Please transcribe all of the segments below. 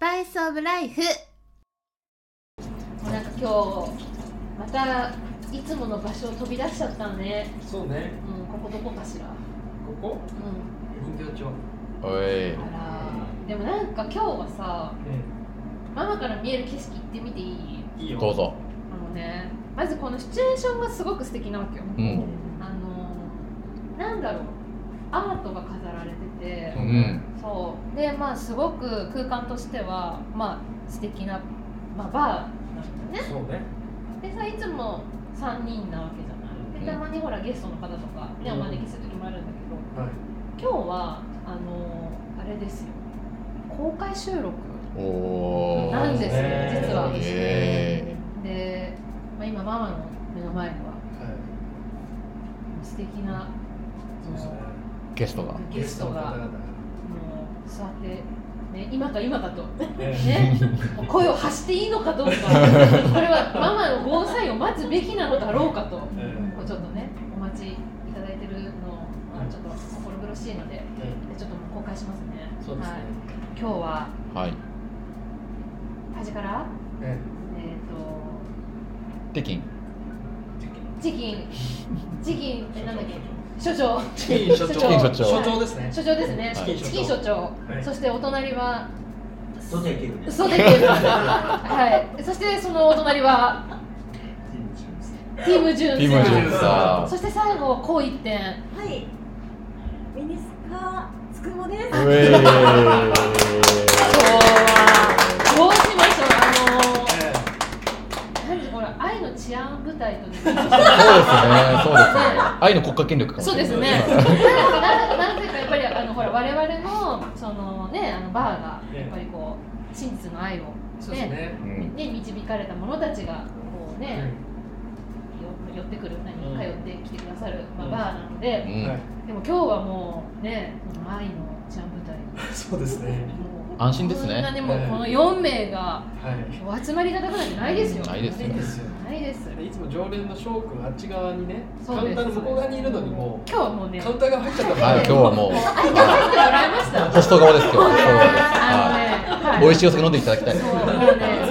パイスオブライフもうなんか今日またいつもの場所を飛び出しちゃったのね、そうねうん、ここどこかしら、ここう人形町おん、いあらでもなんか今日はさうママから見える景色行ってみていいんいいよどうぞあのねまずこのシチュエーションがすごく素敵なわけようんあのーなんだろうアートが飾られててう、んそうでまあすごく空間としてはまあ素敵なまあバーなんだよねそうねでさいつも3人なわけじゃないでたまにほらゲストの方とかねお招きする時もあるんだけはいど今日はあのーあれですよ公開収録おおなんですよね実はえで、まあ、今ママの目の前にははい素敵なそうですねーゲストがもうゲストがもう々座って、ね、今か今か とねね、もう声を発していいのかどう か、これはママのゴーサインを待つべきなのだろうかと、こえうちょっとね、お待ちいただいてるのを、まあちょっと心苦しいので、でえちょっともう公開しますね。そうですねはい、今日ははい端から、ええっ、テキンと、チキン、チキン、え、なんだっけ、所長、チキン所所長長所長所長ですね所長ですね、はいチキン所長、はいそしてお隣は、どちら行けるね。そうですけど、はい、そしてそのお隣は、ティム・ジュンさん。ティムジュンさそして最後、こう一点。はい。ミニスカつくもです。んうえ今日はどうしましょう、あのえー、何これ、愛の治安部隊とね。そうそうですねそうですね愛の国家権力かもしそうれでないすね。なんかななぜかやっぱりあのほら我々のそのねあのバーがやっぱりこう真実の愛をえそうですねうんね導かれた者たちがこうね、よ寄ってくる何か寄ってきてくださる、まあ、うんバーなので、うんはい でも今日はもうねこの愛の治安部隊そうですねもう安心ですねこんなねもうこの四名がはいお集まりがたくなんてないですよ。ないですよないでですよすいつも常連の翔くんあっち側にねカそうでウすンターの向こう側にいるのにも今日はもううね、カウンターが入っちゃったはい今日はもう相手に入ってもらいました。ホスト側ですけどそうですはあのね、い美味しい。しいお酒飲んでいただきたいそう、もうね、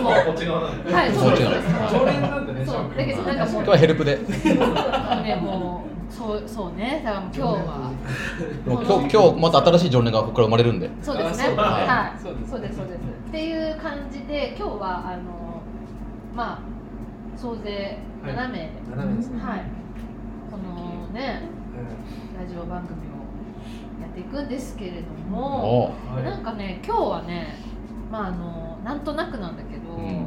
もこっち側なう、んはい、そうです。常連なんでねそ翔くんう、だけど、なんかも今う日はヘルプでね、もう、そう、そうね、だから、今日は。もう今日今日また新しい常連がここから生まれるんでそうですね。あそうだはそうでい。すそうです。そうです。っていう感じで、今日は、あの、まあ、総勢7名で。斜めですねはい。このね、ラジオ番組をやっていくんですけれども、おうはいなんかね今日はねまああのなんとなくなんだけど、うん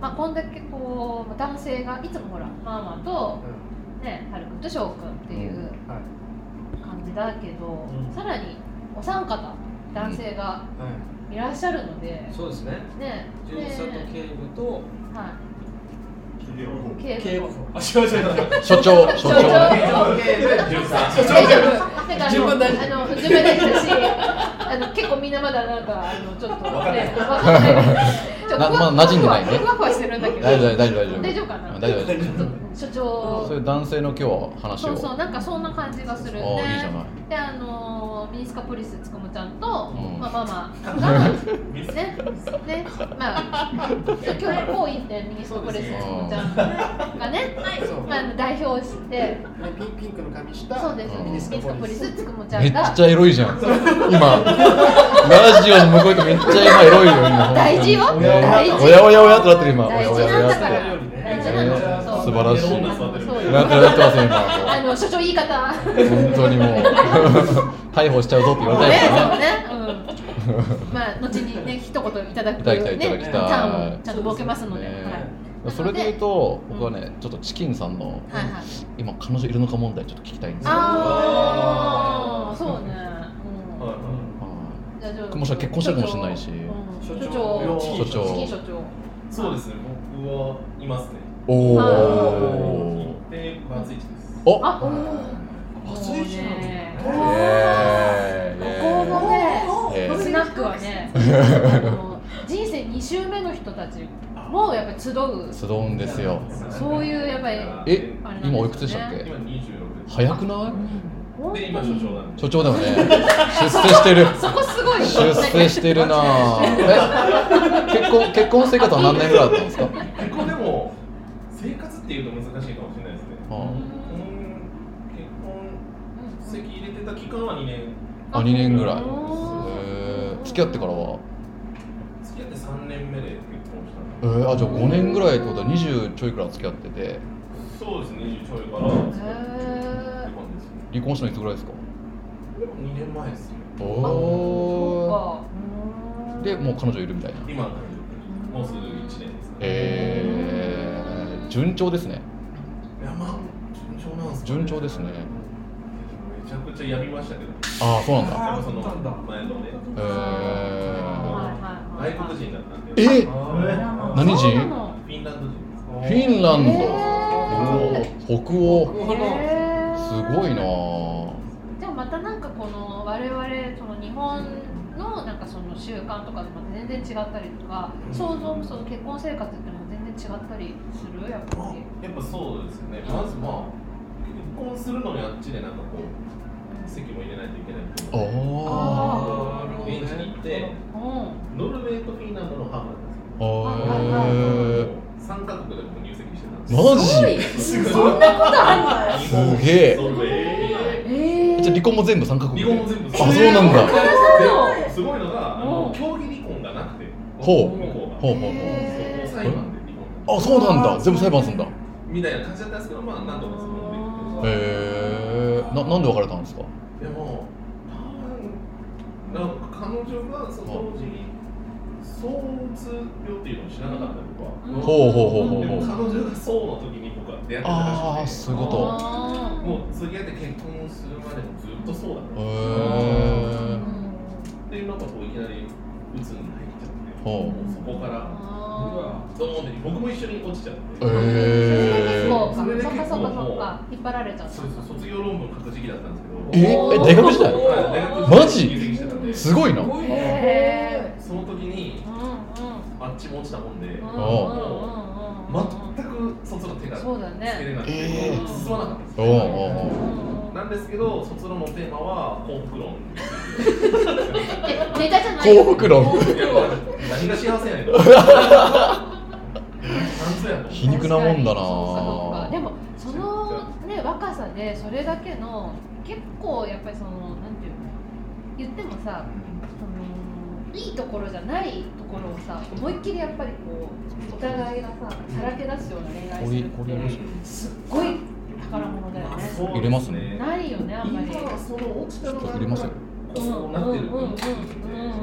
まあこんだけこう男性がいつもほらママとうねはるくんとしょうくんっていううんはい感じだけど、うんさらにお三方男性がんはいいらっしゃるので、そうですね。ね巡査とね警部とは企業い警警部部補。あ、違う違う違う。所長所所長長大 丈夫だから順番大あの順番大事だし あの結構みんなまだなんかあのちょっとねわかんないちょっとなふわまだ馴染んでないねふわふわしてるんだけど大丈夫大丈夫大丈夫かな大丈夫大丈夫所そう長いう男性の今日は話そをうそうなんかそんな感じがするねああいいじゃないであのミニスカポリスつくもちゃんと、んまあ、ママが ねねまあ今日はこう言ってミニスカポリスつくもちゃんがね、そうまああの、代表してねピンピンクの髪した。そうですうんミニスカポリスつくもちゃんめっがちゃエロいじゃん今ラジオの向こう行ってめっちゃ今エロいよ今大事よおやお大事やおやおやおやってなってる今お大やお事やおなんだからそうでやって大事なんだからそすねう素晴らしいそうなってるなってますよ今あの所長いい方 本当にもう逮捕しちゃうぞって言われたいねで、すねそうね、うん、まあ後にね一言いただくいただきたいいただねきたいチャンをちゃんと設けますので、ねはい、それで言うなのと僕はねちょっとチキンさんのではいはい、今彼女いるのか問題ちょっと聞きたいんですよああそうね、ははうん、大丈夫もしかしたら結婚してるかもしれないし所長、所所長長所長チキン所長いそうですね。僕はいますね。いおおおで、バツイチです。おあおバツイチなのねえここーのねえースナックはねあの人生2周目の人たちもやっぱり集う集うんですよそういうやっぱりえあれなんですよね今おいくつでしたっけ今二十六です。早くないお本当で、今所長なんで。所長だよね出世してるそこすごいね出世してるなぁえ結婚結婚生活は何年ぐらいだったんですか結構でも、生活っていうと難しいかもしれないですね。あうん結婚籍入れてた期間は2年。あ2年ぐらいへおーえ付き合ってからは付き合って3年目で結婚したんえで。ー、あじゃあ5年ぐらいってことは20ちょいくらい付き合っててそうですね、20ちょいからへー結婚ですね。離婚したのいつぐらいですかでも2年前ですね。おおそうんでもう彼女いるみたいな今、もうすぐ1年ですね。えー、順調ですねいや、まあ、順調なんですかね順調ですねめちゃくちゃやみましたけど。ああそうなんだであもそそうなんだの前のね、えー、外国人人だったんで。えフー何人ィンランド人です。フィンランド、おー北欧このすごいなぁじゃあまたなんかこの我々その日本のなんかその習慣とかとまた全然違ったりとか想像もその結婚生活っていうのも全然違ったりするやっぱりやっぱそうですよね。まずまあ、結婚するのにあっちでなんかこう、席も入れないといけないっていうああーーなるほどね現地に行って、うんノルウェーとフィンランドのハーフなんですあよー。 3カ国で僕入籍してたんですよ。マすごいジすごいそんなことあるのあ日本すげえノルウェー。えーじゃあ離婚も全部三角離婚も全部あそうなんだでもすごいのが、あうのん競技離婚がなくて、ほう向こうが。ほうほうほうへ裁判で離婚あそうなんだ全部裁判するんだへみたいな感じだったんですけど、まあ、なんとかそのできえー、ななんで別れたんですかて。でも、多分なんか彼女がその当時、躁うつ病っていうのを知らなかったりとか、うんほうほうほうほでうもほう彼女がそうの時に僕は出会ってたあらあしくそうて、いうこあもう付き合って結婚するまでもずっとそうだったとへーえっていうのがこういきなりうつに入っちゃって、ほそこからあドーンって僕も一緒に落ちちゃって。うへえーー、そうかそうかそうかそうか引っ張られちゃったそうそう卒業論文書く時期だったんですえけど、え大学時代はい大学マジ入籍してたんですごいなへその時にーうんうんあっちも落ちたもんで、うんうんうんうん全く卒の手がつそうだけれねなくて、えー進まなかったんですおうおうおうなんですけど卒論のテーマは幸福論えネタじゃない幸福論いや何が幸せやねんと何ぞやと皮肉なもんそうだなかそうかでもそのね若さでそれだけの結構やっぱりそのなんていうの言ってもさそのいいところじゃないところをさ思いっきりやっぱりこうお互いがささらけ出すような恋愛するこれこれってすっごい宝物だよねそうですね入れますねないよねあんまり今はその落ちたのがあ入れるまかすらよそうなってるうんうんうんうんうんうんうん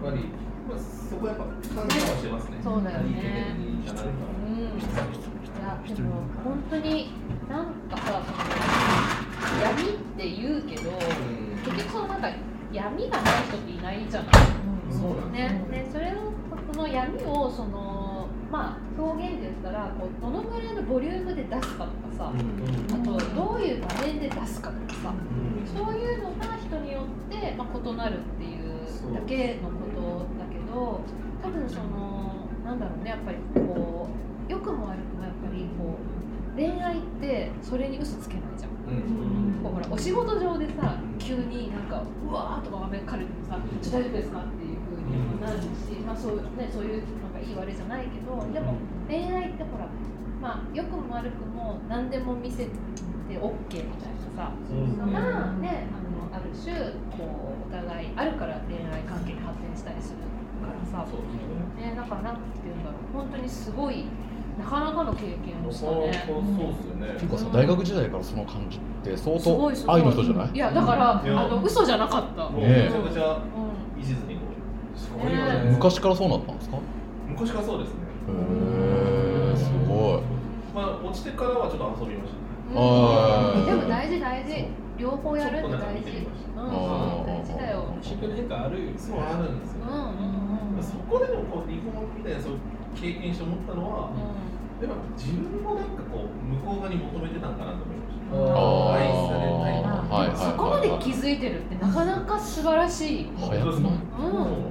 分やっぱり、まあ、そこはやっぱ感謝はしてますね。そうだよねいい経験になるかうんいやでも本当になんかさその闇って言うけどら結局そのなんか闇がない人っていないじゃないうんそうなんです。ねでそれをこの闇をそのまあ表現で言ったらこうどのぐらいのボリュームで出すかとかさあとどういう場面で出すかとかさそういうのが人によって、まあ、異なるっていうだけのことだけど多分そのなんだろうねやっぱりこう良くも悪くもやっぱりこう恋愛ってそれに嘘つけないじゃん。うんうんこうほらお仕事上でさ急になんかうわーっとかめかれてもさ「ちょっと大丈夫ですか?」っていうふうになるし、まあそうね、そういうなんか言い悪いじゃないけどでも恋愛ってほらまあ良くも悪くも何でも見せて OK みたいなさそうですねがねあのある種こうお互いあるから恋愛関係に発展したりするからさ、そうですねね、なんかなんていうんだろう本当にすごいなかなかの経験をしたね。っていそううかでさ大学時代からその感じって相すごいす当ごい愛の人じゃないいやだから、いやあの嘘じゃなかった。すうね。もうねえめちゃくちゃん。一途にこう。すごいよねね。昔からそうなったんですかへ昔からそうですね。えすごいまあ落ちてからはちょっと遊びましたね。あーでも大事大事。両方やるって大事。ちょっとなんか見てみましうんあー大事だよ。心境の変化あるよねそうあるんですうよんうん。うんそこでもこう離婚みたいなそういう経験して思ったのは、やっぱ自分もなんかこう向こう側に求めてたんかなと思いましあああ愛されたいあはいはいはいそこまで気づいてるってなかなか素晴ら しい。うん。早くないこ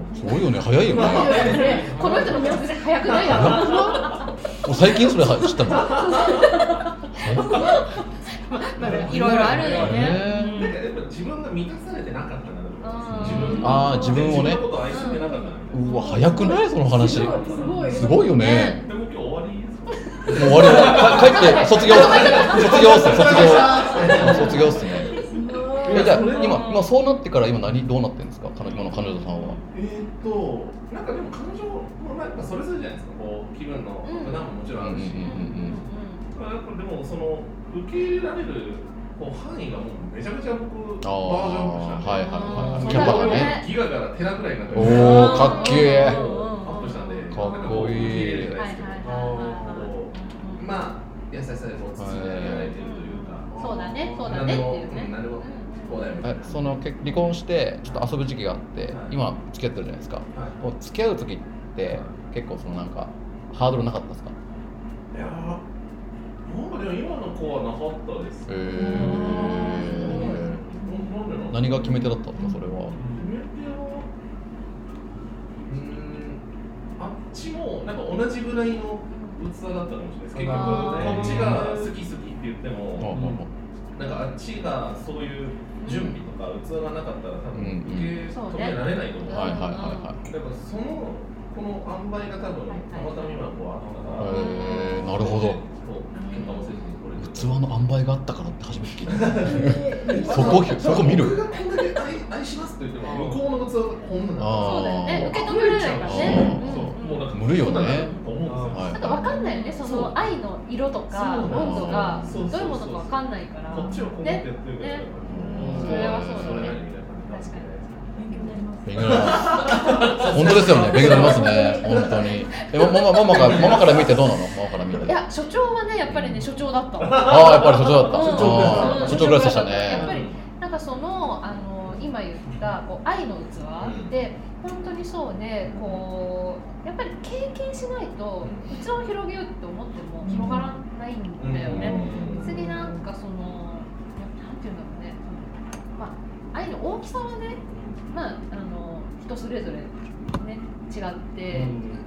すごいよね早いよねまあの人の目線早くないだろ。もう最近それは知ったの早くないこなるほどいろいろあるよねね。なんかやっぱ自分が満たされてなかったんだと思うんですようん自分あー自分をね自分のことを愛してなかったんだと思ううわ早くないその話すすごいすごいごいよねでも今日終わりですもう終かわりか帰って卒 業卒業っすね卒業卒業っすねいえやじゃあそれは今今そうなってから今何どうなってんですか彼今の彼女さんはえーっとなんかでも彼女もなんかそれぞれじゃないですかこう気分のうん無難ももちろんあるし、うんうんまあ、やっぱでもその受け入れられるこう範囲がもうめちゃめちゃ僕あバージョンアップしたあんではいはいはいそキャパがれねをギガからテラぐらいになっておるおアーかっけえップしたんでかっこいいなんかこう受け入れるじゃはないはいいですけどはいこはうい。あ、まあ優しさでこう包んでいただいてるというか、そうだね、そうだねっていうね。なるほどこうだよみたいえなその結離婚してちょっと遊ぶ時期があってはい今付き合ってるじゃないですかはいこう付き合う時って結構そのなんかハードルなかったですかいやーなんかでも今の子はなかったですへね。えなんでなん何が決め手だったんですかそれは決め手はうーんあっちもなんか同じぐらいの器だったかもしれないです。結局あーこっちが好き好きって言ってあああも、なんかあっちがそういう準備とか器がなかったら多分受け止められないと思う。うんあだはいかはいはいらそのこの塩梅が多分たまたま今こうあったから、はいへえなるほどそう喧嘩もせずにこれ器の塩梅があったからって初めて聞いたそそここそこ見る僕がこんだけ愛愛しますって言っても向こうの器がこんなのあそうだよね、受け止められないからね。うんうん無理よね思うんですよはいなんかわかんないよね、その愛の色とかそう温度がそどうういそうそううものかわかんないから。こっちをこうやってやってるから、ねうんそれはそうだねれなりみたいな感じなんで勉強になります勉強になります本当ですよね勉強になりますね本当にえママママからママから見てどうなのママから見いてや、所長はね、やっぱりね、所長だったわ。ああやっぱり所長だったうんうああん所長クラスでしたやっぱねりなんかそのあの今言ったこう愛の器で本当にそうでこうやっぱり経験しないと器を広げようって思っても広がらないんだよね。うん別になんかそのなんていうんだろうねそのまあ愛の大きさはねまああの人それぞれね違って。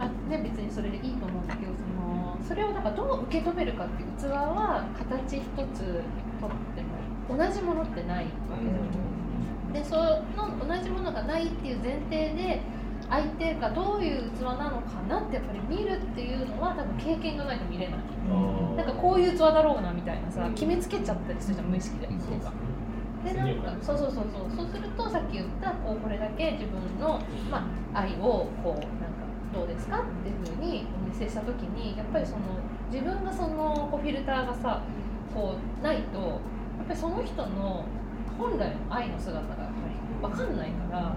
あね、別にそれでいいと思うんだけどそのそれをなんかどう受け止めるかっていう器は形一つとっても同じものってないわけじゃんでその同じものがないっていう前提で相手がどういう器なのかなってやっぱり見るっていうのは多分経験がないと見れないうんなんかこういう器だろうなみたいなさ決めつけちゃったりするじゃん無意識で。うんそうかでなんかそうそうそうそうそうするとさっき言ったこうこれだけ自分の、まあ、愛をこうなんかどうですかっていうふうにお見せした時にやっぱりその自分がそのこうフィルターがさこうないとやっぱりその人の本来の愛の姿がやっぱり分かんないから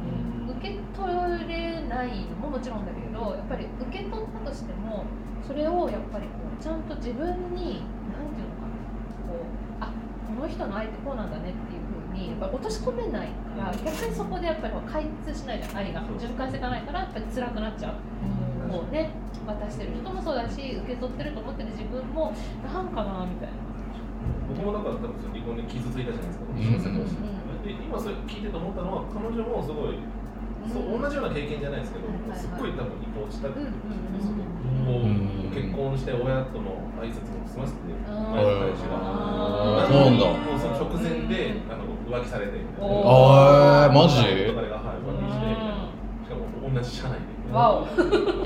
受け取れないのももちろんだけどやっぱり受け取ったとしてもそれをやっぱりこうちゃんと自分に何ていうのかなこうあこの人の愛ってこうなんだねっていうふうにやっぱり落とし込めないから逆にそこでやっぱりこう開通しないじゃん愛が循環していかないからやっぱり辛くなっちゃう。こうね渡してる人もそうだし受け取ってると思ってる自分もなんかなみたいな。僕もなんか多分その離婚で傷ついたじゃないですか、んで今それ聞いてて思ったのは彼女もすごい、そう同じような経験じゃないですけど、うんすっごい多分離婚したくて、うんうんうんすごくこううん結婚して親との挨拶も済ませうてん前の彼氏があーなのにそうなんだもうその直前でなんかこう浮気されてみたいなおあーマジ彼がはい浮気してみたいなしかも同じ社内でわお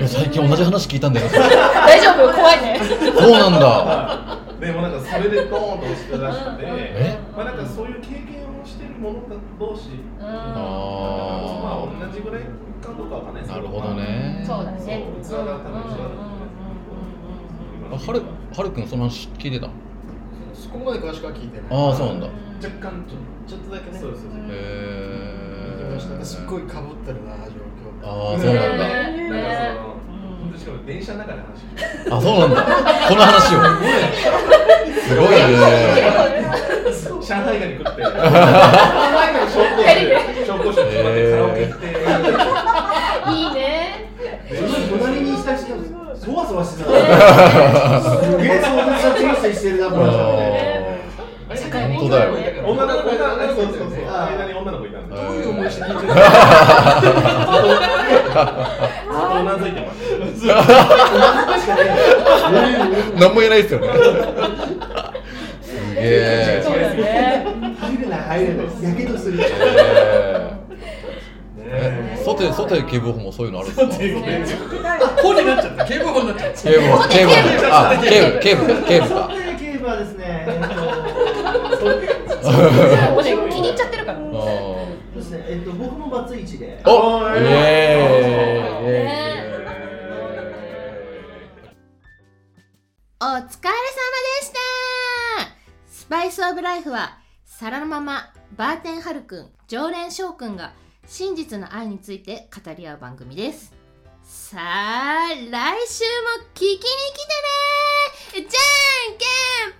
いや最近同じ話聞いたんだよ大丈夫怖いね。そうなんだはいでもなんかそれでドーンと押し出してえまあなんかそういう経験をしてる者同士うんまああ同じぐらいかどうかわかんないですなけるどほどねそうだね。そう器が多分一緒だと思あはるはるくんその話聞いてたそこまで詳しくは聞いてないああそうなんだへ若干ちょちょっとだけねそうですそうです聞きましたえすっごいかぶってるな状況ああそうなんだなんねかそのうん本当しかも電車の中で話してるあ、そうなんだ。この話を。すごいね。上海ガニ食って上海ガニ紹興酒紹興酒決まってカラオケ行っていいね。隣にいた人そわそわしてたすげえそういう人人生してるなこの人みたいな社会本当だよ女の子がそうそうそそううそうそう間に女の子いたんうんでどういう思いして聞いてるずっとうなずいてました何も言えないですよね。すえそうだね。入れない入れないやけどするえええねソテソテ警部補もそういうのあるんですか警部ねこうになっちゃった。警部補になっちゃった。補警部補あ警部警部警部そかういう競馬ですね。えっと、もうね気に入っちゃってるから。あーそうですね。えっと僕もバツイチで。おイエーイイエーイお疲れ様でしたスパイスオブライフは、皿のまま、バーテンハルくん、常連翔くんが、真実の愛について語り合う番組です。さあ、来週も聞きに来てねじゃんけんぽん